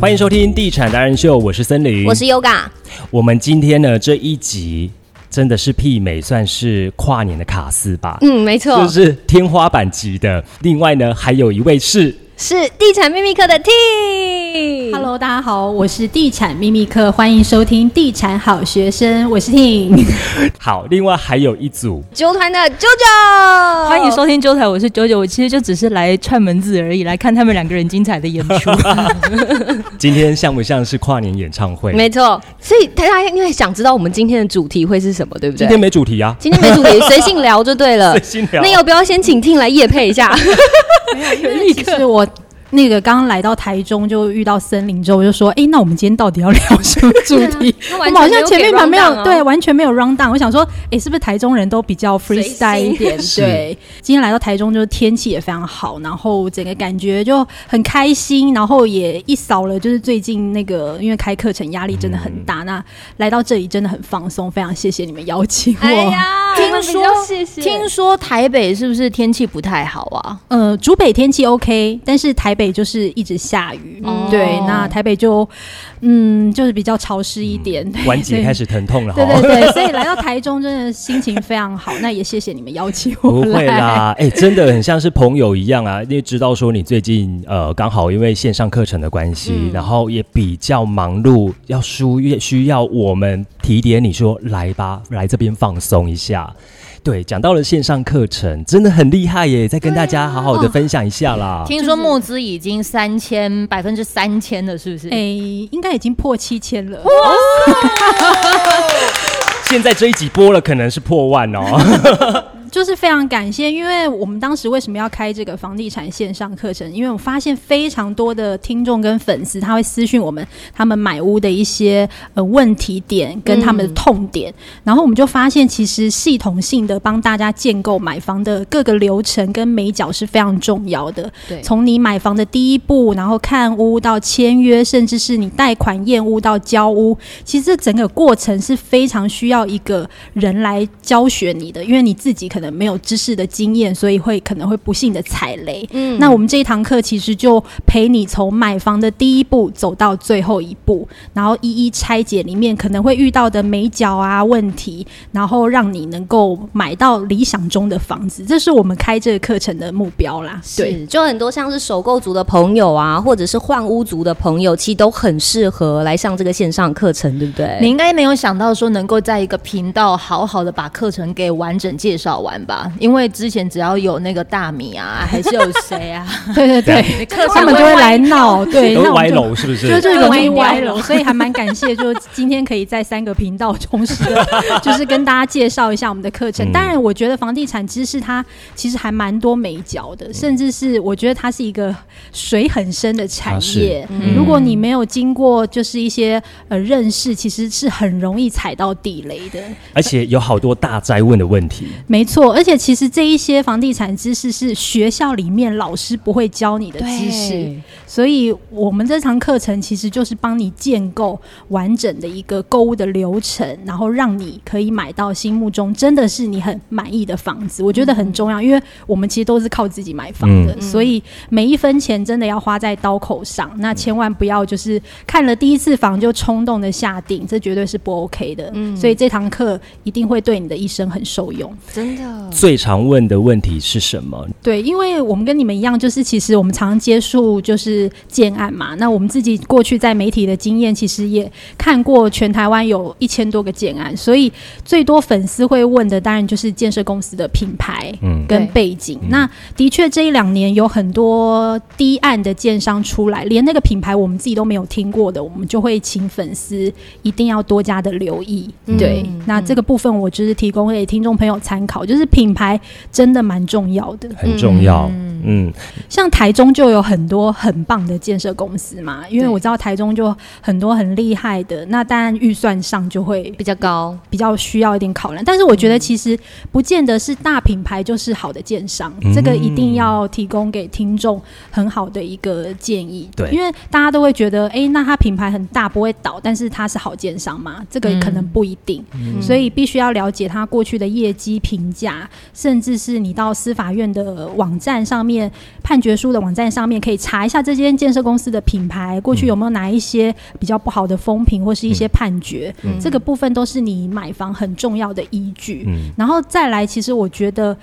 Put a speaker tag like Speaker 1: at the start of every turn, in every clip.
Speaker 1: 欢迎收听《地产达人秀》，我是森林，
Speaker 2: 我是 Yoga，
Speaker 1: 我们今天呢这一集真的是媲美，算是跨年的卡斯吧，
Speaker 2: 嗯，没错，
Speaker 1: 就是天花板级的。另外呢，还有一位是
Speaker 2: 是地产秘密课的 T。
Speaker 3: Hello，大家好，我是地产秘密课，欢迎收听《地产好学生》，我是 Ting。
Speaker 1: 好，另外还有一 组
Speaker 2: 纠团的 JoJo，
Speaker 4: 欢迎收听九台，我是九九，我其实就只是来串门子而已，来看他们两个人精彩的演出。
Speaker 1: 今天像不像是跨年演唱会？
Speaker 2: 没错，所以大家应该想知道我们今天的主题会是什么，对不对
Speaker 1: 今？天没主题啊，
Speaker 2: 今天没主题，随性聊就对了
Speaker 1: 随。心聊
Speaker 2: 那。 要不要先请听来夜配一下？
Speaker 3: 其实我那个刚来到台中就遇到森林之后，我就说，哎、那我们今天到底要聊什么主题？我们好像前面没
Speaker 2: 啊
Speaker 3: 有对，完全没有 round down。我想说，哎、是不是台中人都比较
Speaker 2: 随性
Speaker 3: freestyle 一点？
Speaker 1: 是
Speaker 3: 对，今天来到台中，就是天气也非常好，然后整个感觉就很开心，然后也一扫了，就是最近那个因为开课程压力真的很大，那来到这里真的很放松，非常谢谢你们邀请我。
Speaker 2: 哎呀，
Speaker 4: 听
Speaker 2: 我们比
Speaker 4: 说
Speaker 2: 较谢谢。
Speaker 4: 听说台北是不是天气不太好啊？
Speaker 3: 呃，竹北天气 OK，但是台北就是一直下雨，
Speaker 2: 哦
Speaker 3: 对，那台北就嗯，就是比较潮湿一点。对
Speaker 1: 关节嗯开。始疼痛了，
Speaker 3: 对对
Speaker 1: 哈。
Speaker 3: 对对，所以来到台中真的心情非常好。那也谢谢你们邀请我
Speaker 1: 不会
Speaker 3: 来。
Speaker 1: 啦，哎、真的很像是朋友一样啊，因为知道说你最近呃刚好因为线上课程的关系，
Speaker 3: 嗯
Speaker 1: 然后也比较忙碌，要疏需要我们提点你说来吧，来这边放松一下。对，讲到了线上课程，真的很厉害耶！再跟大家好好的
Speaker 3: 啊
Speaker 1: 分享一下啦。
Speaker 3: 哦
Speaker 4: 听说募资已经三千百分之三千了，是不是？
Speaker 3: 哎、应该已经破七千了。
Speaker 1: 现在这一集播了，可能是破万 哦。
Speaker 3: 就是非常感谢，因为我们当时为什么要开这个房地产线上课程？因为我发现非常多的听众跟粉丝，他会私讯我们他们买屋的一些呃问题点跟他们的痛点，然后我们就发现其实系统性的帮大家建构买房的各个流程跟美角是非常重要的。
Speaker 4: 对
Speaker 3: 从你买房的第一步，然后看屋到签约，甚至是你贷款验屋到交屋，其实这整个过程是非常需要一个人来教学你的，因为你自己可能没有知识的经验，所以会可能会不幸的踩雷。
Speaker 2: 嗯
Speaker 3: 那我们这一堂课其实就陪你从买房的第一步走到最后一步，然后一一拆解里面可能会遇到的美角啊问题，然后让你能够买到理想中的房子，这是我们开这个课程的目标啦。对。
Speaker 2: 对，就很多像是首购族的朋友啊，或者是换屋族的朋友，其实都很适合来上这个线上课程，对不对？
Speaker 4: 你应该没有想到说能够在一个频道好好的把课程给完整介绍完吧？因为之前只要有那个大米啊，还是有谁啊，
Speaker 3: 对对对，
Speaker 4: 你课 程
Speaker 3: 他们就会来闹，对，
Speaker 1: 啊都
Speaker 3: 那
Speaker 1: 是
Speaker 3: 我
Speaker 1: 歪
Speaker 3: 们就
Speaker 1: 楼是不？
Speaker 3: 就是就容易
Speaker 4: 歪
Speaker 3: 歪
Speaker 4: 楼
Speaker 3: 楼， 所以还蛮感谢，就今天可以在三个频道同时的，就是跟大家介绍一下我们的课程。
Speaker 1: 嗯
Speaker 3: 当然，我觉得房地产知识它其实还蛮多美角
Speaker 1: 嗯
Speaker 3: 的，甚至是我觉得它是一个水很深的产
Speaker 1: 它是
Speaker 3: 业
Speaker 1: 嗯。
Speaker 3: 如果你没有经过就是一些呃认识，其实是很容易踩到地雷的。
Speaker 1: 而且有好多大灾问的问题。
Speaker 3: 没错，而且其实这一些房地产知识是学校里面老师不会教你的知识。
Speaker 2: 哎
Speaker 3: 所以我们这堂课程其实就是帮你建构完整的一个购物的流程，然后让你可以买到心目中真的是你很满意的房子。我觉得很重要，因为我们其实都是靠自己买房的，所以每一分钱真的要花在刀口上。那千万不要就是看了第一次房就冲动的下定，这绝对是不 OK 的。所以这堂课一定会对你的一生很受用。
Speaker 2: 真的
Speaker 1: 最常问的问题是什么？
Speaker 3: 对，因为我们跟你们一样，就是其实我们常接触就是建案嘛。那我们自己过去在媒体的经验，其实也看过全台湾有一千多个建案，所以最多粉丝会问的，当然就是建设公司的品牌
Speaker 1: 嗯
Speaker 3: 跟
Speaker 4: 对
Speaker 3: 背景。那的确这一两年有很多低案的建商出来，连那个品牌我们自己都没有听过的，我们就会请粉丝一定要多加的留意。
Speaker 1: 嗯
Speaker 3: 对，那这个部分我就是提供给听众朋友参考，就是品牌真的蛮重要的。
Speaker 1: 很重要。嗯，
Speaker 3: 像台中就有很多很棒的建设公司嘛，因为我知道台中就很多很厉害的，那当然预算上就会
Speaker 2: 比较高，
Speaker 3: 比较需要一点考量。但是我觉得其实不见得是大品牌就是好的建商，
Speaker 1: 嗯
Speaker 3: 这个一定要提供给听众很好的一个建议。
Speaker 1: 对
Speaker 3: 因为大家都会觉得，诶，那它品牌很大不会倒，但是它是好建商嘛？这个可
Speaker 1: 嗯
Speaker 3: 能不一定，所以必须要了解它过去的业绩评价，甚至是你到司法院的网站上面。面判决书的网站上面可以查一下这间建设公司的品牌过去有没有哪一些比较不好的风评或是一些判决，这个部分都是你买房很重要的依据。
Speaker 1: 嗯
Speaker 3: 然后再来，其实我觉得。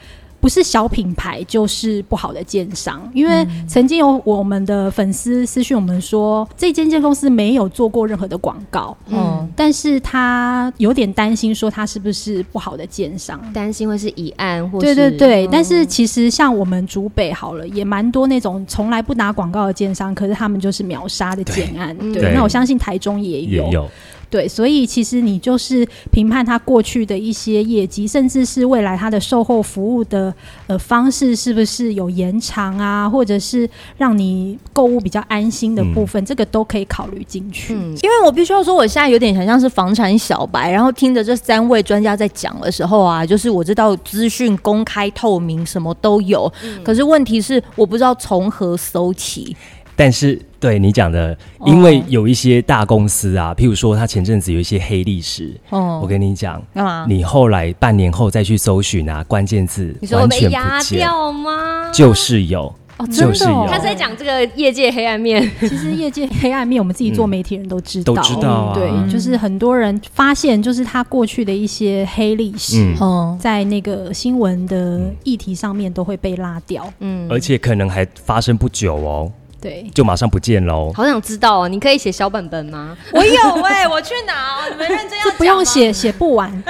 Speaker 3: 不是小品牌就是不好的建商，因为曾经有我们的粉丝私讯我们说，这间建公司没有做过任何的广告，
Speaker 4: 嗯，
Speaker 3: 但是他有点担心说他是不是不好的建商。
Speaker 2: 担心会是疑案或
Speaker 3: 对
Speaker 2: 是
Speaker 3: 对对，
Speaker 2: 嗯
Speaker 3: 但是其实像我们竹北好了，也蛮多那种从来不打广告的建商，可是他们就是秒杀的建案。
Speaker 2: 嗯
Speaker 3: 对，
Speaker 1: 对
Speaker 3: 那我相信台中也
Speaker 1: 也
Speaker 3: 有。
Speaker 1: 有，
Speaker 3: 对，所以其实你就是评判他过去的一些业绩，甚至是未来他的售后服务的呃方式是不是有延长啊，或者是让你购物比较安心
Speaker 1: 嗯
Speaker 3: 的部分，这个都可以考虑进去。
Speaker 2: 嗯
Speaker 4: 因为我必须要说，我现在有点想像是房产小白，然后听着这三位专家在讲的时候啊，就是我知道资讯公开透明，什么都有，可是问题是我不知道从何搜起。
Speaker 1: 但是对你讲的，
Speaker 4: 哦
Speaker 1: 因为有一些大公司啊，譬如说他前阵子有一些黑历史，
Speaker 4: 哦啊
Speaker 1: 我跟你讲，
Speaker 4: 干嘛？
Speaker 1: 你后来半年后再去搜寻啊，关键字
Speaker 2: 你说我
Speaker 1: 完
Speaker 2: 被
Speaker 1: 全
Speaker 2: 压
Speaker 1: 不见，
Speaker 2: 掉啊吗？
Speaker 1: 就是有，
Speaker 4: 哦，真
Speaker 1: 就是
Speaker 4: 的、哦
Speaker 1: 有，
Speaker 2: 他是在讲这个业界黑暗面，
Speaker 3: 其实业界黑暗面，我们自己做媒体人都知道，
Speaker 1: 嗯都知道啊
Speaker 3: 对，就是很多人发现，就是他过去的一些黑历史，
Speaker 1: 嗯，
Speaker 4: 哦，
Speaker 3: 在那个新闻的议题上面都会被拉掉。
Speaker 2: 嗯，
Speaker 1: 而且可能还发生不久哦，
Speaker 3: 对，
Speaker 1: 就马上不见喽。
Speaker 2: 好想知道哦，你可以写小本本 吗？
Speaker 4: 我有
Speaker 2: 欸
Speaker 4: 哎、我去哪？
Speaker 2: 哦
Speaker 4: 你们认真要
Speaker 3: 这不用写，写不完。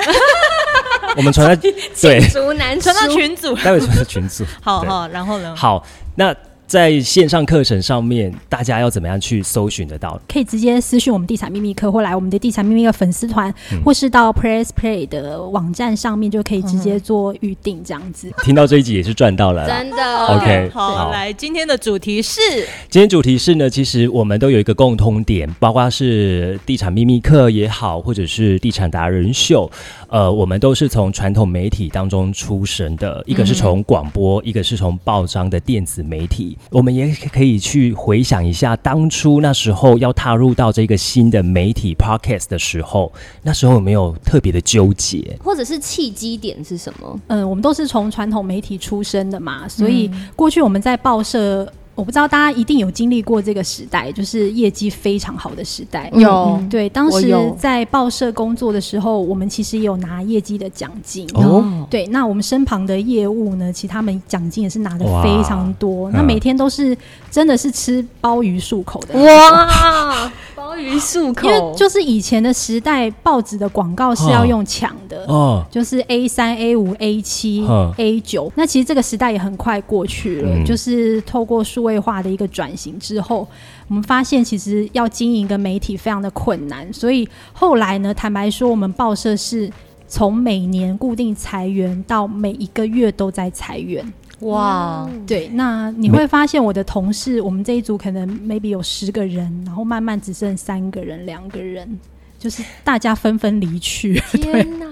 Speaker 1: 我们传到对，
Speaker 2: 竹难
Speaker 4: 传到
Speaker 2: 书
Speaker 4: 群组。
Speaker 1: 待会传到群组。
Speaker 4: 好
Speaker 1: 对
Speaker 4: 好，哦然后呢？
Speaker 1: 好，那在线上课程上面，大家要怎么样去搜寻得到？
Speaker 3: 可以直接私讯我们地产秘密课，或来我们的地产秘密课粉丝团，
Speaker 1: 嗯
Speaker 3: 或是到 Press Play 的网站上面就可以直接做预定这样子。
Speaker 1: 听到这一集也是赚到了啦。
Speaker 2: 真的
Speaker 1: OK，
Speaker 4: 好，
Speaker 1: 好
Speaker 4: 来，今天的主题是
Speaker 1: 今天主题是呢，其实我们都有一个共通点，包括是地产秘密课也好，或者是地产达人秀，呃，我们都是从传统媒体当中出身的，一个是从广播，一个是从报章的电子媒体。我们也可以去回想一下，当初那时候要踏入到这个新的媒体 podcast 的时候，那时候有没有特别的纠结？
Speaker 2: 或者是契机点是什么？
Speaker 3: 嗯，我们都是从传统媒体出身的嘛，所以
Speaker 1: 嗯
Speaker 3: 过去我们在报社，我不知道大家一定有经历过这个时代，就是业绩非常好的时代。
Speaker 4: 有
Speaker 3: 嗯对，当
Speaker 4: 我
Speaker 3: 时
Speaker 4: 有
Speaker 3: 在报社工作的时候，我们其实也有拿业绩的奖金。
Speaker 1: 哦，
Speaker 3: 对，那我们身旁的业务呢，其实他们奖金也是拿的
Speaker 1: 哇
Speaker 3: 非常多，那
Speaker 1: 嗯
Speaker 3: 每天都是真的是吃鲍鱼漱口的。
Speaker 2: 哇，鲍鱼漱
Speaker 3: 因
Speaker 2: 口
Speaker 3: 为，就是以前的时代，报纸的广告是要用抢的。
Speaker 1: 哦，
Speaker 3: 就是 A 三、A 五、A 七
Speaker 1: 嗯、
Speaker 3: A 九，那其实这个时代也很快过去了。
Speaker 1: 嗯
Speaker 3: 就是透过数位化的一个转型之后，我们发现其实要经营一个媒体非常的困难，所以后来呢，坦白说，我们报社是从每年固定裁员到每一个月都在裁员。
Speaker 4: 哇，
Speaker 3: 对，那你会发现我的同事，我们这一组可能 maybe 有十个人，然后慢慢只剩三个人、两个人，就是大家纷纷离去。
Speaker 2: 天哪！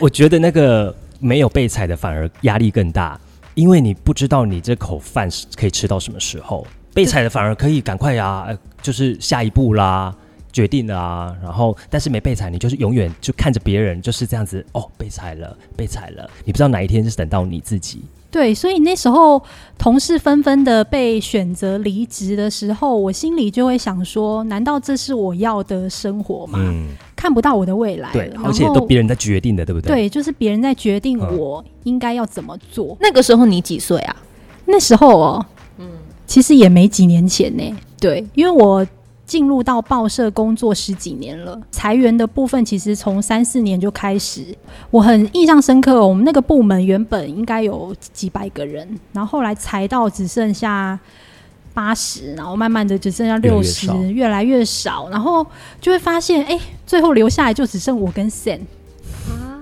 Speaker 1: 我觉得那个没有被踩的反而压力更大，因为你不知道你这口饭是可以吃到什么时候。被踩的反而可以赶快啊，呃就是下一步啦，决定了啊。然后，但是没被踩，你就是永远就看着别人就是这样子哦，被踩了，被踩了。你不知道哪一天是等到你自己。
Speaker 3: 对，所以那时候同事纷纷的被选择离职的时候，我心里就会想说：难道这是我要的生活吗？
Speaker 1: 嗯，
Speaker 3: 看不到我的未来了，
Speaker 1: 对，
Speaker 3: 然
Speaker 1: 而且都
Speaker 3: 后
Speaker 1: 别人在决定的，对不对？
Speaker 3: 对，就是别人在决定
Speaker 1: 嗯
Speaker 3: 我应该要怎么做。
Speaker 4: 那个时候你几岁啊？
Speaker 3: 那时候哦，嗯，其实也没几年前呢、对，因为我进入到报社工作十几年了，裁员的部分其实从三四年就开始。我很印象深刻哦、我们那个部门原本应该有几百个人，然后后来裁到只剩下。八十，然后慢慢的只剩下
Speaker 1: 越来越
Speaker 3: 六十
Speaker 1: 少，
Speaker 3: 越来越少，然后就会发现，哎，最后留下来就只剩我跟 Sam 啊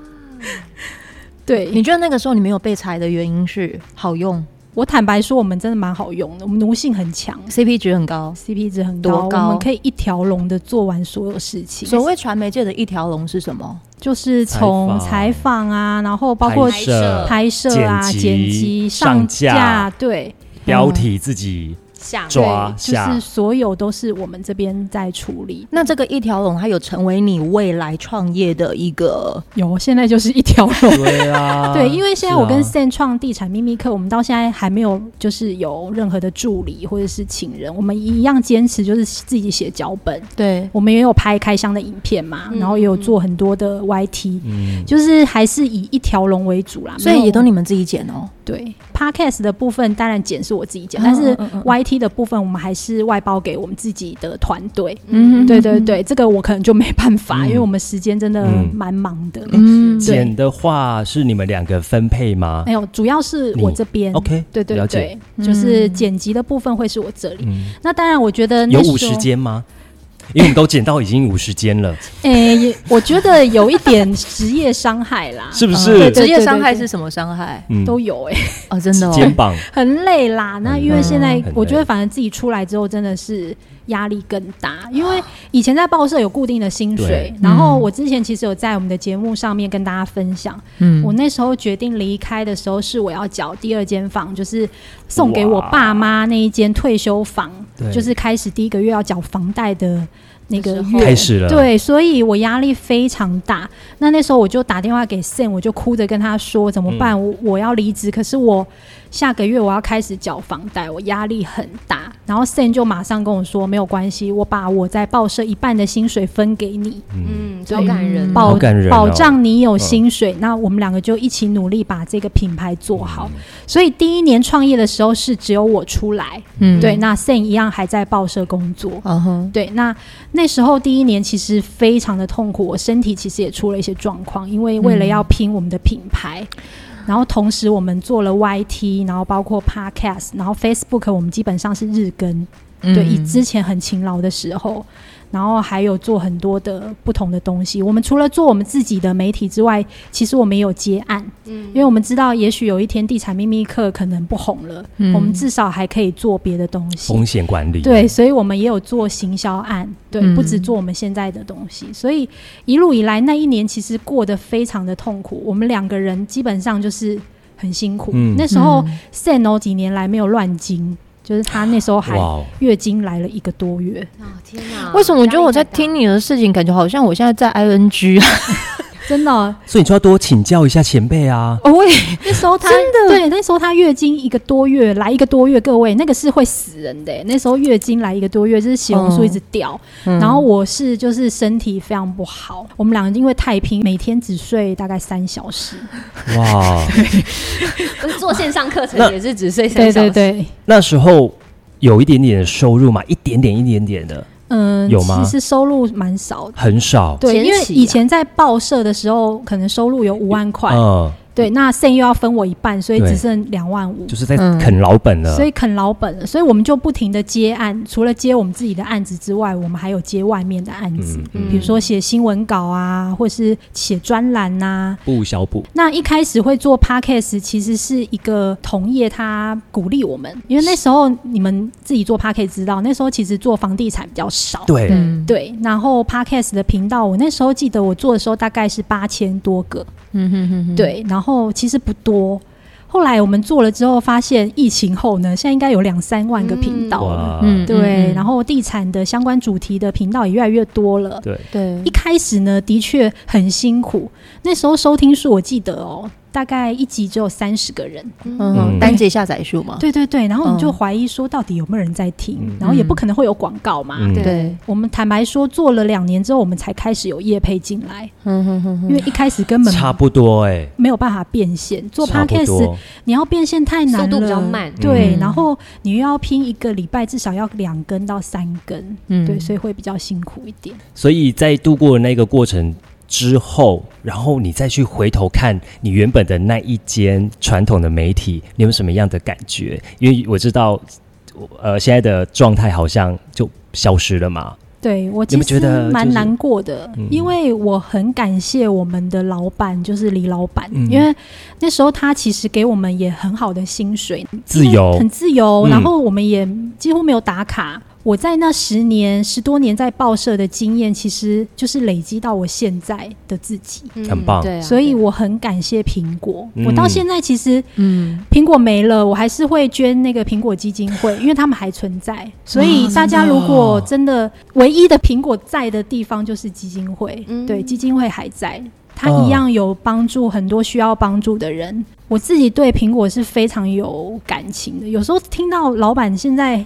Speaker 3: 对，
Speaker 4: 你觉得那个时候你没有被裁的原因是好用
Speaker 3: 我坦白说，我们真的蛮好用的，我们奴性很强
Speaker 4: ，CP 值很高？
Speaker 3: ，CP 值很
Speaker 4: 多
Speaker 3: 高，
Speaker 4: 高
Speaker 3: 我们可以一条龙的做完所有事情，
Speaker 4: 所谓传媒界的一条龙是什么？
Speaker 3: 就是从
Speaker 1: 采
Speaker 3: 采访啊，然后包括
Speaker 1: 拍摄、
Speaker 3: 拍摄啊、
Speaker 1: 剪
Speaker 3: 剪
Speaker 1: 辑
Speaker 3: 辑、
Speaker 1: 上
Speaker 3: 上
Speaker 1: 架
Speaker 3: 对。
Speaker 1: 标题自己
Speaker 2: 下
Speaker 1: 抓
Speaker 3: 对，就
Speaker 1: 下
Speaker 3: 是所有都是我们这边在处理。
Speaker 4: 那这个一条龙，它有成为你未来创业的一个
Speaker 3: 有，现在就是一条龙。
Speaker 1: 对啊，
Speaker 3: 对，因为现在我跟
Speaker 1: 是
Speaker 3: Sam 创地产秘密课，我们到现在还没有就是有任何的助理或者是请人，我们一样坚持就是自己写脚本。
Speaker 4: 对
Speaker 3: 我们也有拍开箱的影片
Speaker 4: 嗯
Speaker 3: 嘛，然后也有做很多的 YT，、
Speaker 1: 嗯
Speaker 3: 就是还是以一条龙为主啦。
Speaker 4: 所以
Speaker 3: 没有
Speaker 4: 也都你们自己剪哦。
Speaker 3: 对 Podcast 的部分，当然剪是我自己剪，
Speaker 4: 嗯
Speaker 3: 但是
Speaker 4: 嗯嗯嗯
Speaker 3: YT 的部分我们还是外包给我们自己的团队。
Speaker 4: 嗯
Speaker 3: 对对，对，这个我可能就没办法，
Speaker 1: 嗯
Speaker 3: 因为我们时间真的
Speaker 1: 嗯
Speaker 3: 蛮忙的。
Speaker 4: 嗯
Speaker 3: 对
Speaker 1: 剪的话是你们两个分配吗
Speaker 3: 没有，主要是我这边。
Speaker 1: ？OK，
Speaker 3: 对对
Speaker 1: 了解。
Speaker 3: 对，就是剪辑的部分会是我这里。
Speaker 1: 嗯，
Speaker 3: 那当然，我觉得那
Speaker 1: 有
Speaker 3: 时候
Speaker 1: 五十，间吗？因为我们都剪到已经五十间 了，
Speaker 3: 诶、也我觉得有一点职业伤害啦，
Speaker 1: 是不
Speaker 3: 对
Speaker 1: 是？
Speaker 4: 职
Speaker 3: 哦对
Speaker 4: 业
Speaker 3: 对
Speaker 4: 伤害
Speaker 3: 对
Speaker 4: 是什么伤害？
Speaker 1: 嗯
Speaker 3: 都有诶、
Speaker 4: 哦，真的哦，
Speaker 1: 肩膀
Speaker 3: 很累啦。那因为现在
Speaker 1: 嗯很
Speaker 3: 我觉得，
Speaker 1: 累
Speaker 3: 反正自己出来之后真的是压力更大，因为以前在报社有固定的薪水
Speaker 1: 对，
Speaker 3: 然后我之前其实有在我们的节目上面跟大家分享，
Speaker 4: 嗯
Speaker 3: 我那时候决定离开的时候是我要缴第二间房，就是送给我爸妈那一间退休房
Speaker 1: 对，
Speaker 3: 就是开始第一个月要缴房贷的那个
Speaker 4: 的时候
Speaker 3: 月
Speaker 1: 开始了，，
Speaker 3: 对，所以我压力非常大。那那时候我就打电话给 Sam，我就哭着跟他说怎么办？我我要离职，可是我下个月我要开始缴房贷，我压力很大。然后 Sam 就马上跟我说没有关系，我把我在报社一半的薪水分给你，
Speaker 2: 嗯，好感人哦，
Speaker 3: 保、
Speaker 1: 好感人哦
Speaker 3: 保障你有薪水。那我们两个就一起努力把这个品牌做好。所以第一年创业的时候是只有我出来，
Speaker 4: 嗯
Speaker 3: 对，，那 Sam 一样还在报社工作。
Speaker 4: 嗯哼，
Speaker 3: 对，那那时候第一年其实非常的痛苦，我身体其实也出了一些状况，因为
Speaker 4: 嗯
Speaker 3: 为了要拼我们的品牌，然后同时我们做了 YT，然后包括 Podcast，然后 Facebook，我们基本上是日更，
Speaker 4: 嗯
Speaker 3: 对，以之前很勤劳的时候。然后还有做很多的不同的东西。我们除了做我们自己的媒体之外，其实我们也有接案，
Speaker 4: 嗯
Speaker 3: 因为我们知道，也许有一天地产秘密课可能不红了，
Speaker 4: 嗯
Speaker 3: 我们至少还可以做别的东西。
Speaker 1: 风险管理，
Speaker 3: 对，，所以我们也有做行销案，对，
Speaker 4: 嗯
Speaker 3: 不止做我们现在的东西。所以一路以来那一年其实过得非常的痛苦，我们两个人基本上就是很辛苦。
Speaker 1: 嗯
Speaker 3: 那时候 Sen 哦几年来没有乱经，就是他那时候还
Speaker 1: 哇哦，
Speaker 3: 月经来了一个多月，
Speaker 2: 哦天哪！
Speaker 4: 为什么我觉得我在听你的事情，感觉好像我现在在 ING 啊？
Speaker 3: 真的哦，
Speaker 1: 所以你就要多请教一下前辈啊。
Speaker 4: 哦，我也
Speaker 3: 那时候他
Speaker 4: 真的
Speaker 3: 对那时候他月经一个多月来一个多月，各位那个是会死人的欸。那时候月经来一个多月，就是血红素一直掉，
Speaker 4: 嗯
Speaker 3: 然后我是就是身体非常不好，我们两个因为太拼，每天只睡大概三小时。
Speaker 1: 哇，哦
Speaker 2: 不是 做线上课程
Speaker 1: 那
Speaker 2: 也是只睡三
Speaker 3: 对
Speaker 2: 小
Speaker 3: 对
Speaker 2: 时？
Speaker 3: 对，
Speaker 1: 那时候有一点点的收入嘛，一点点一点点的，
Speaker 3: 嗯，
Speaker 1: 有吗
Speaker 3: 其实收入蛮少的。
Speaker 1: 很少。
Speaker 3: 对，
Speaker 2: 前
Speaker 3: 因为
Speaker 2: 期
Speaker 3: 以
Speaker 2: 啊
Speaker 3: 前在报社的时候，可能收入有五万块，
Speaker 1: 嗯，
Speaker 3: 对，那剩又要分我一半，所以
Speaker 1: 对
Speaker 3: 只剩两万五
Speaker 1: 就。是在
Speaker 4: 嗯
Speaker 1: 啃老本了。
Speaker 3: 所以啃老本了，所以我们就不停的接案，除了接我们自己的案子之外，我们还有接外面的案子，
Speaker 1: 嗯，嗯
Speaker 2: 嗯
Speaker 3: 比如说写新闻稿啊，或是写专栏啊呐、
Speaker 1: 不小补，
Speaker 3: 那一开始会做 podcast，其实是一个同业他鼓励我们，因为那时候你们自己做 podcast 知道，那时候其实做房地产比较少。
Speaker 1: 对，
Speaker 4: 嗯
Speaker 3: 对然后 podcast 的频道，我那时候记得我做的时候大概是八千多个，
Speaker 4: 嗯哼哼哼，
Speaker 3: 对，然后其实不多。后来我们做了之后，发现疫情后呢，现在应该有两三万个频道了。
Speaker 1: 哇，
Speaker 4: 嗯，嗯，
Speaker 3: 对，
Speaker 4: 嗯
Speaker 3: 然后地产的相关主题的频道也越来越多了。
Speaker 1: 对，
Speaker 4: 对
Speaker 3: 一，开始呢，的确很辛苦。那时候收听数我记得哦，大概一集只有三十个人。
Speaker 4: 嗯
Speaker 1: 嗯
Speaker 4: 哼，单节下载数嘛，
Speaker 3: 对对对，然后
Speaker 4: 嗯
Speaker 3: 你就怀疑说到底有没有人在听，
Speaker 1: 嗯
Speaker 3: 然后也不可能会有广告嘛。
Speaker 1: 嗯
Speaker 4: 对，
Speaker 3: 我们坦白说，做了两年之后，我们才开始有业配进来，
Speaker 4: 嗯哼哼
Speaker 3: 因为一开始根本
Speaker 1: 差不多哎，
Speaker 3: 没有办法变现。做
Speaker 1: 差不
Speaker 3: podcast
Speaker 1: 多，
Speaker 3: 你要变现太难
Speaker 2: 速度
Speaker 3: 了，
Speaker 2: 比较。慢，
Speaker 3: 对，
Speaker 4: 嗯
Speaker 3: 然后你又要拼一个礼拜，至少要两根到三根，
Speaker 4: 嗯
Speaker 3: 对，所以会比较辛苦一点。
Speaker 1: 所以在度过那个过程之后，然后你再去回头看你原本的那一间传统的媒体，你有什么样的感觉？因为我知道，呃，现在的状态好像就消失了嘛。
Speaker 3: 对我
Speaker 1: 你
Speaker 3: 其
Speaker 1: 们觉得
Speaker 3: 实蛮
Speaker 1: 就是
Speaker 3: 难过的，
Speaker 1: 嗯
Speaker 3: 因为我很感谢我们的老板，就是李老板，
Speaker 1: 嗯
Speaker 3: 因为那时候他其实给我们也很好的薪水，
Speaker 1: 自由
Speaker 3: 很自由，
Speaker 1: 嗯
Speaker 3: 然后我们也几乎没有打卡。我在那十年十多年在报社的经验，其实就是累积到我现在的自己，
Speaker 1: 很棒
Speaker 5: 对啊，
Speaker 3: 所以我很感谢苹果。
Speaker 1: 嗯
Speaker 3: 我到现在其实
Speaker 5: 嗯，
Speaker 3: 苹果没了，我还是会捐那个苹果基金会，因 为他们还存在。所以大家如果真的唯一的苹果在的地方就是基金会，
Speaker 5: 嗯
Speaker 3: 对，基金会还在。它
Speaker 1: 哦
Speaker 3: 一样有帮助很多需要帮助的人。我自己对苹果是非常有感情的。有时候听到老板现在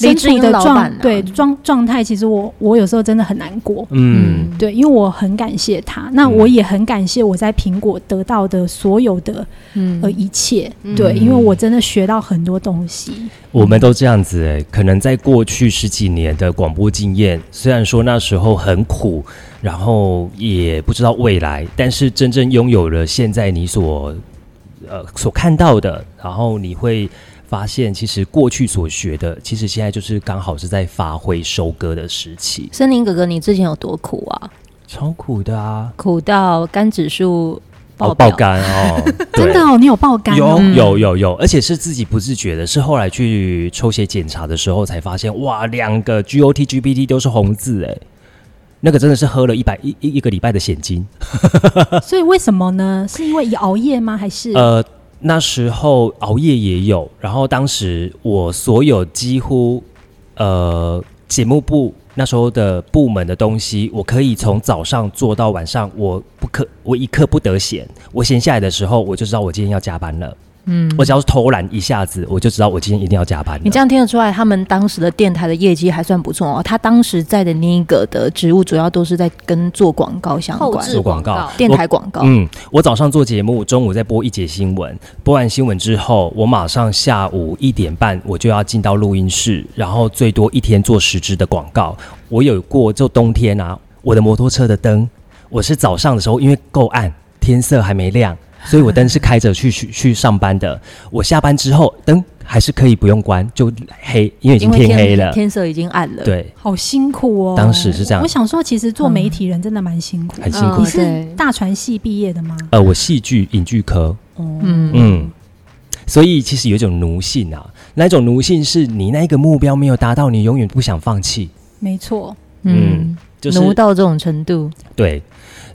Speaker 4: 离
Speaker 3: 身
Speaker 4: 职
Speaker 3: 处的
Speaker 4: 英老
Speaker 3: 状、
Speaker 4: 板啊
Speaker 3: 对状状态，其实我我有时候真的很难过。
Speaker 1: 嗯，
Speaker 3: 对，因为我很感谢他，那我也很感谢我在苹果得到的所有的
Speaker 5: 嗯
Speaker 3: 呃一切，
Speaker 5: 嗯
Speaker 3: 对，因为我真的学到很多东西，
Speaker 1: 我们都这样子哎、可能在过去十几年的广播经验，虽然说那时候很苦，然后也不知道未来，但是真正拥有了现在你所呃所看到的，然后你会呃发现，其实过去所学的，其实现在就是刚好是在发挥收割的时期，
Speaker 4: 森林哥哥，你之前有多苦啊？
Speaker 1: 超苦的啊，
Speaker 4: 苦到肝指数
Speaker 1: 哦，
Speaker 4: 爆表
Speaker 1: 爆肝哦，对
Speaker 3: 真的哦，你有爆肝
Speaker 1: 有
Speaker 3: 哦，
Speaker 1: 有有有，而且是自己不自觉的，是后来去抽血检查的时候才发现，哇，两个 GOT、GPT 都是红字哎，那个真的是喝了一百一一一个礼拜的险金。
Speaker 3: 所以为什么呢？是因为熬夜吗？还是、
Speaker 1: 呃，那时候熬夜也有，然后当时我所有几乎呃节目部那时候的部门的东西，我可以从早上做到晚上，我不可我一刻不得闲。我闲下来的时候，我就知道我今天要加班了。嗯，我只要是偷懒一下子，我就知道我今天一定要加班了。
Speaker 4: 你这样听得出来，他们当时的电台的业绩还算不错哦。他当时在的那个的职务，主要都是在跟做广告相
Speaker 2: 后
Speaker 4: 关，
Speaker 2: 置
Speaker 1: 广告
Speaker 4: 电台广告。
Speaker 1: 嗯，我早上做节目，中午再播一节新闻，播完新闻之后，我马上下午一点半我就要进到录音室，然后最多一天做十支的广告。我有过，就冬天啊，我的摩托车的灯，我是早上的时候因为够暗，天色还没亮，所以我灯是开着去去去上班的。我下班之后灯还是可以不用关，就黑，因为已
Speaker 4: 因
Speaker 1: 经
Speaker 4: 为
Speaker 1: 天
Speaker 4: 天
Speaker 1: 黑了。
Speaker 4: 天色已经暗了。，
Speaker 1: 对，
Speaker 3: 好辛苦哦？
Speaker 1: 当时是这样
Speaker 3: 我想说，其实做媒体人真的蛮辛苦的。
Speaker 1: 很辛苦。
Speaker 3: 你
Speaker 5: 嗯
Speaker 3: 是
Speaker 5: 对
Speaker 3: 大传系毕业的吗？
Speaker 1: 呃，我戏剧影剧科，
Speaker 4: 嗯，
Speaker 1: 嗯，所以其实有一种奴性啊，那一种奴性是你那个目标没有达到，你永远不想放弃，
Speaker 3: 没错，
Speaker 1: 嗯
Speaker 4: 嗯，
Speaker 1: 就是
Speaker 4: 奴到这种程度，
Speaker 1: 对。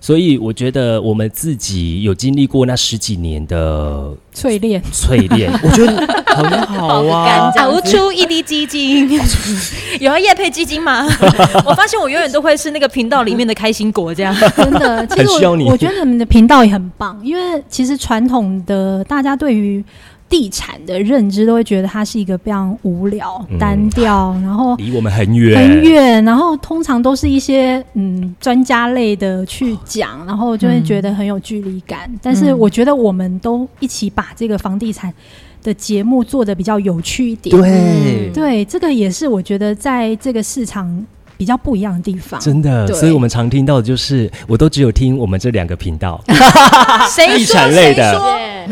Speaker 1: 所以我觉得我们自己有经历过那十几年的
Speaker 3: 淬炼，
Speaker 1: 淬炼，我觉得很好啊。
Speaker 4: 熬出一滴基金， 有要夜配基金吗？ 我发现我永远都会是那个频道里面的开心果， 这样。
Speaker 3: 真 的，其实
Speaker 1: 需要
Speaker 3: 我
Speaker 1: 你
Speaker 3: 我觉得你们的频道也很棒，因为其实传统的大家对于地产的认知都会觉得它是一个非常无聊、
Speaker 1: 嗯
Speaker 3: 单调，然后
Speaker 1: 离我们很远，
Speaker 3: 很远，然后通常都是一些嗯专家类的去讲，然后就会觉得很有距离感。但是我觉得我们都一起把这个房地产的节目做的比较有趣一点，
Speaker 1: 对，
Speaker 3: 嗯对这个也是我觉得在这个市场比较不一样的地方。
Speaker 1: 真的。
Speaker 3: 对
Speaker 1: 所以我们常听到的就是，我都只有听我们这两个频道，
Speaker 4: 谁
Speaker 1: 地
Speaker 4: 说
Speaker 1: 产类的
Speaker 4: 谁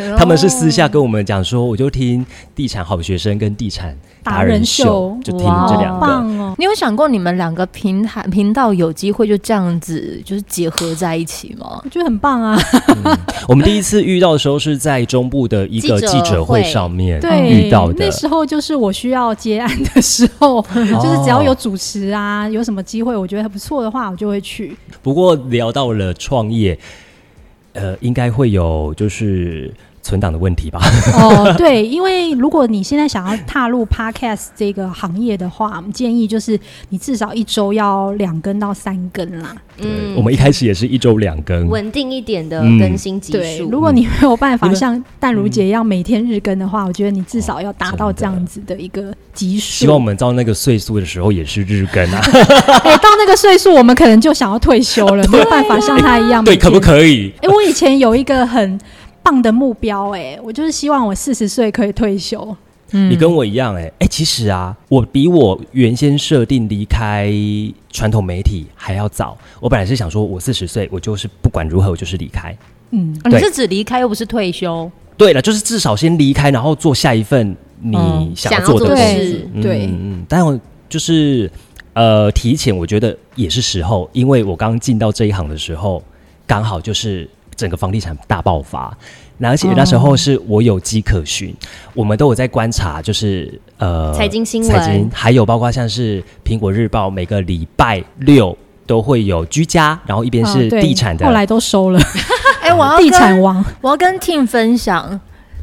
Speaker 4: 说
Speaker 1: 他们是私下跟我们讲说，我就听地产好学生跟地产达人秀，就听
Speaker 4: 哇
Speaker 1: 这两
Speaker 3: 好
Speaker 1: 个
Speaker 3: 棒。哦！
Speaker 4: 你有想过你们两个平台频道有机会就这样子就是结合在一起吗？
Speaker 3: 我觉得很棒啊，
Speaker 1: 嗯我们第一次遇到的时候是在中部的一个
Speaker 2: 记者
Speaker 1: 记者会
Speaker 2: 会
Speaker 1: 上面
Speaker 3: 对，
Speaker 1: 遇到的
Speaker 3: 那，时候就是我需要接案的时 候，就是只
Speaker 1: 哦
Speaker 3: 要有主持啊，有什么机会，我觉得还不错的话，我就会去。
Speaker 1: 不过聊到了创业，呃，应该会有就是存档的问题吧？
Speaker 3: 哦，对，因为如果你现在想要踏入 podcast 这个行业的话，我们建议就是你至少一周要两根到三根啦。
Speaker 1: 对我们一开始也是一周两更，
Speaker 2: 嗯稳定一点的
Speaker 1: 嗯
Speaker 2: 更新级
Speaker 3: 对，
Speaker 2: 数。
Speaker 3: 如果你没有办
Speaker 1: 你
Speaker 3: 法
Speaker 1: 们
Speaker 3: 嗯像淡如姐一样每天日更的话，我觉得你至少要达到这样子的一个级数。
Speaker 1: 希望我们到那个岁数的时候也是日更 啊，
Speaker 3: 哎、到那个岁数，我们可能就想要退休了，没有办法像她一样。
Speaker 1: 对，可不？可以？
Speaker 3: 哎、我以前有一个很棒的目标、哎，我就是希望我四十岁可以退休。
Speaker 4: 嗯
Speaker 2: 嗯
Speaker 1: 你跟我一样、欸，哎、其实啊，我比我原先设定离开传统媒体还要早。我本来是想说，我四十岁，我就是不管如何，我就是离开。
Speaker 3: 嗯，
Speaker 4: 哦你
Speaker 1: 对
Speaker 4: 是指离开又不是退休？
Speaker 1: 对了，就是至少先离开，然后做下一份你
Speaker 4: 嗯
Speaker 1: 想要
Speaker 2: 想要
Speaker 1: 做的工
Speaker 2: 做的
Speaker 1: 作。
Speaker 3: 事对
Speaker 1: 嗯嗯，但我就是呃，提前我觉得也是时候，因为我刚进到这一行的时候，刚好就是整个房地产大爆发，那而且那时候是我有迹可循，我们都有在观察，就是呃
Speaker 2: 财经新闻
Speaker 1: 财经还有包括像是苹果日报每个礼拜六。都会有居家，然后一边
Speaker 3: 啊
Speaker 2: 哦
Speaker 1: 是
Speaker 3: 对
Speaker 1: 地产的，
Speaker 3: 后来都收了。
Speaker 4: 哎、我要
Speaker 3: 地
Speaker 4: 跟
Speaker 3: 产王，
Speaker 4: 我要跟 Tim 分享，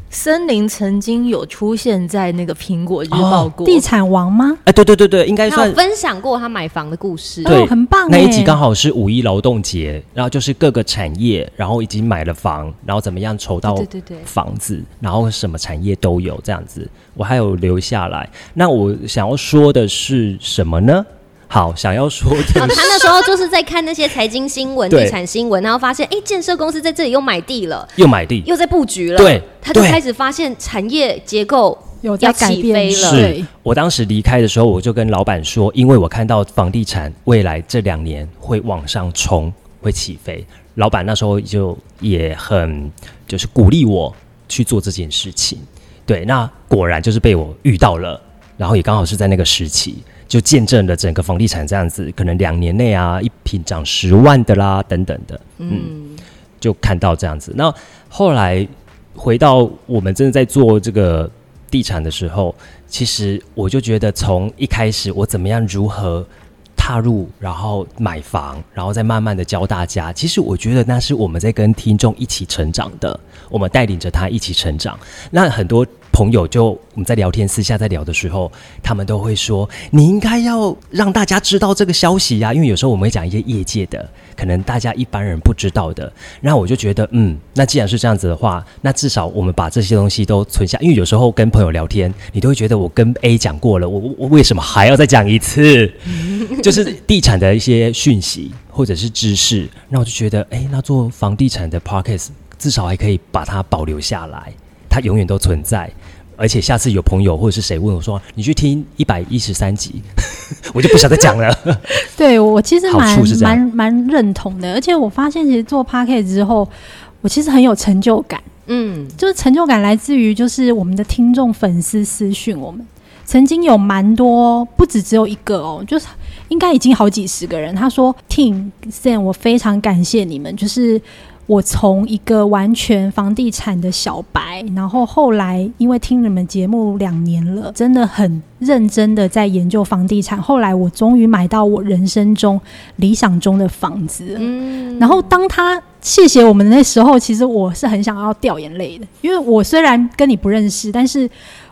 Speaker 4: 森林曾经有出现在那个苹果日报过。
Speaker 3: 地产王吗？
Speaker 1: 哎，对对对对，应该
Speaker 2: 他
Speaker 1: 算
Speaker 2: 有分享过他买房的故事，
Speaker 1: 对，
Speaker 3: 哦很棒
Speaker 1: 那一集
Speaker 3: 欸
Speaker 1: 刚好是五一劳动节，然后就是各个产业，然后已经买了房，然后怎么样筹到
Speaker 4: 对对对对
Speaker 1: 房子，然后什么产业都有这样子，我还有留下来。那我想要说的是什么呢？好，想要说
Speaker 2: 哦，
Speaker 1: 的
Speaker 2: 他
Speaker 1: 是。
Speaker 2: 那时候就是在看那些财经新闻、
Speaker 1: 对
Speaker 2: 地产新闻，然后发现，哎、建设公司在这里又买地了，
Speaker 1: 又买地，
Speaker 2: 又在布局了，
Speaker 1: 对
Speaker 2: 他就
Speaker 1: 对
Speaker 2: 开始发现产业结构
Speaker 3: 有在改变
Speaker 2: 要起飞了
Speaker 1: 是，我当时离开的时候，我就跟老板说，因为我看到房地产未来这两年会往上冲，会起飞。老板那时候就也很就是鼓励我去做这件事情。对，那果然就是被我遇到了，然后也刚好是在那个时期，就见证了整个房地产这样子，可能两年内啊，一平涨十万的啦，等等的，嗯，就看到这样子。那后来回到我们真的在做这个地产的时候，其实我就觉得从一开始我怎么样如何踏入，然后买房，然后再慢慢的教大家。其实我觉得那是我们在跟听众一起成长的，我们带领着他一起成长。那很多朋友就我们在聊天，私下在聊的时候，他们都会说，你应该要让大家知道这个消息啊呀、因为有时候我们会讲一些业界的，可能大家一般人不知道的。然后我就觉得，嗯，那既然是这样子的话，那至少我们把这些东西都存下，因为有时候跟朋友聊天，你都会觉得我跟 A 讲过了，我我我为什么还要再讲一次？ 就是地产的一些讯息或者是知识，那我就觉得，哎、那做房地产的 podcast 至少还可以把它保留下来，它永远都存在。而且下次有朋友或者是谁问我说，你去听一百一十三集， 我就不想再讲
Speaker 2: 嗯
Speaker 1: 了。
Speaker 3: 对我其实
Speaker 1: 好
Speaker 3: 蛮
Speaker 1: 处是这样
Speaker 3: 蛮蛮认同的，而且我发现其实做 p a c k e t 之后，我其实很有成就感，
Speaker 2: 嗯，
Speaker 3: 就是成就感来自于就是我们的听众粉丝私讯我们。曾经有蛮多，不止只有一个哦，就是应该已经好几十个人。他说：“Tim、Sam，我非常感谢你们，就是我从一个完全房地产的小白，然后后来因为听你们节目两年了，真的很认真的在研究房地产。后来我终于买到我人生中理想中的房子。嗯，然后当他谢谢我们的那时候，其实我是很想要掉眼泪的，因为我虽然跟你不认识，但是。”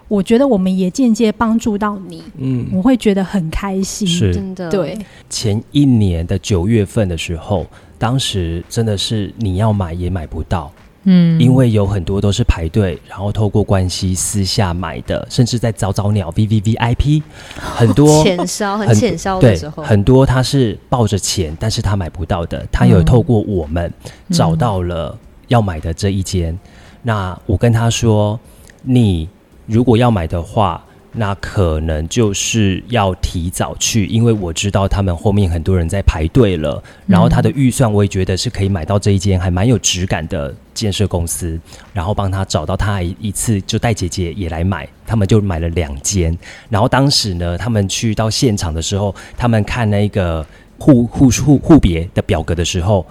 Speaker 3: 我觉得我们也间接帮助到你，
Speaker 1: 嗯，
Speaker 3: 我会觉得很开心。，
Speaker 1: 是。
Speaker 2: 真的，
Speaker 3: 对，
Speaker 1: 前一年的九月份的时候，当时真的是你要买也买不到，
Speaker 4: 嗯
Speaker 1: 因为有很多都是排队，然后透过关系私下买的，甚至在早早鸟 V V V I P，很多
Speaker 2: 浅烧很
Speaker 1: 很
Speaker 2: 浅烧的
Speaker 1: 对
Speaker 2: 时候，
Speaker 1: 很多他是抱着钱，但是他买不到的，他有透过我们
Speaker 2: 嗯
Speaker 1: 找到了要买的这一间。那我跟他说，你如果要买的话。那可能就是要提早去，因为我知道他们后面很多人在排队了。
Speaker 2: 嗯
Speaker 1: 然后他的预算，我也觉得是可以买到这一间还蛮有质感的建设公司。然后帮他找到他一一次，就带姐姐也来买，他们就买了两间。然后当时呢，他们去到现场的时候，他们看那个户户户户别的表格的时候，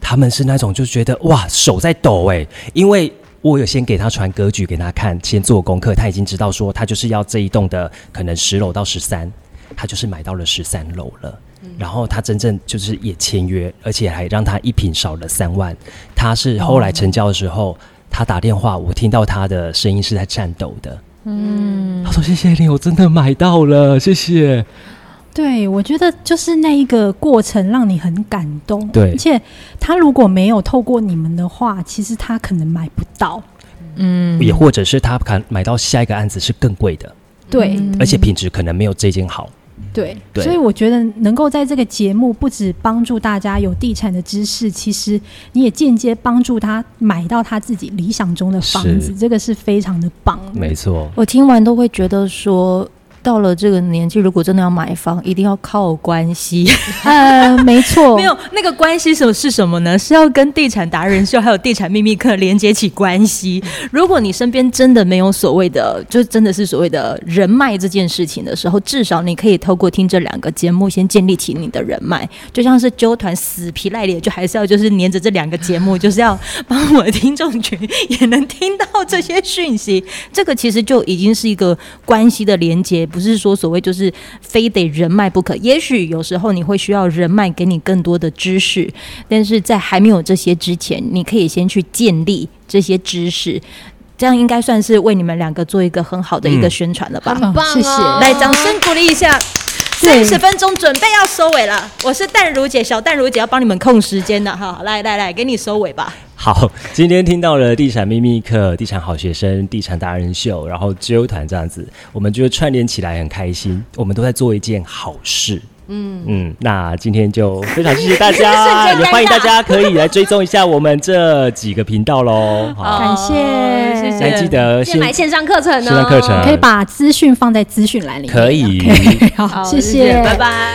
Speaker 1: 他们是那种就觉得哇手在抖哎、因为。我有先给他传格局给他看，先做功课，他已经知道说他就是要这一栋的可能十楼到十三，他就是买到了十三楼了。然后他真正就是也签约，而且还让他一瓶少了三万。他是后来成交的时候，他打电话，我听到他的声音是在颤抖的。嗯，他说：“谢谢你，我真的买到了，谢谢。
Speaker 3: 对我觉得就是那一个过程让你很感动。
Speaker 1: 对
Speaker 3: 而且他如果没有透过你们的话，其实他可能买不到。
Speaker 4: 嗯
Speaker 1: 也或者是他可能买到下一个案子是更贵的，
Speaker 3: 对、
Speaker 4: 嗯
Speaker 1: 而且品质可能没有这间好。
Speaker 3: 对，
Speaker 1: 对
Speaker 3: 所以我觉得能够在这个节目不止帮助大家有地产的知识，其实你也间接帮助他买到他自己理想中的房子
Speaker 1: 是，嗯
Speaker 3: 这个是非常的棒。
Speaker 1: 没错，
Speaker 4: 我听完都会觉得说，到了这个年纪，如果真的要买房，一定要靠关系。
Speaker 3: 呃，没错，
Speaker 4: 没有那个关系什么是什么呢？是要跟地产达人秀还有地产秘密课连接起关系。如果你身边真的没有所谓的，就真的是所谓的人脉这件事情的时候，至少你可以透过听这两个节目先建立起你的人脉。就像是纠团死皮赖脸，就还是要就是黏着这两个节目，就是要帮我的听众群也能听到这些讯息。这个其实就已经是一个关系的连接，不是说所谓就是非得人脉不可。也许有时候你会需要人脉给你更多的知识，但是在还没有这些之前，你可以先去建立这些知识，这样应该算是为你们两个做一个很好的一个
Speaker 1: 嗯
Speaker 4: 宣传了吧？
Speaker 2: 很棒、哦
Speaker 3: 谢谢
Speaker 4: 来，掌声鼓励一下。三
Speaker 3: 对
Speaker 4: 十分钟准备要收尾了，我是淡如姐，小淡如姐要帮你们控时间的哈，来来来，给你收尾吧。
Speaker 1: 好，今天听到了地产秘密课、地产好学生、地产达人秀，然后纠团这样子，我们就串联起来很开心，我们都在做一件好事。嗯嗯，那今天就非常谢谢 大
Speaker 4: 瞬
Speaker 1: 家，
Speaker 4: 间尴尬
Speaker 1: 也欢迎大家可以来追踪一下我们这几个频道喽。好，
Speaker 3: 感谢
Speaker 4: 哦谢
Speaker 1: 来
Speaker 4: 谢，
Speaker 1: 记得
Speaker 2: 先
Speaker 1: 先
Speaker 2: 买线上课程哦，
Speaker 1: 线上课程
Speaker 3: 可以把资讯放在资讯栏里面。
Speaker 1: 可以
Speaker 3: OK，好，
Speaker 4: 好
Speaker 3: 谢
Speaker 4: 谢
Speaker 3: 谢，
Speaker 4: 拜拜。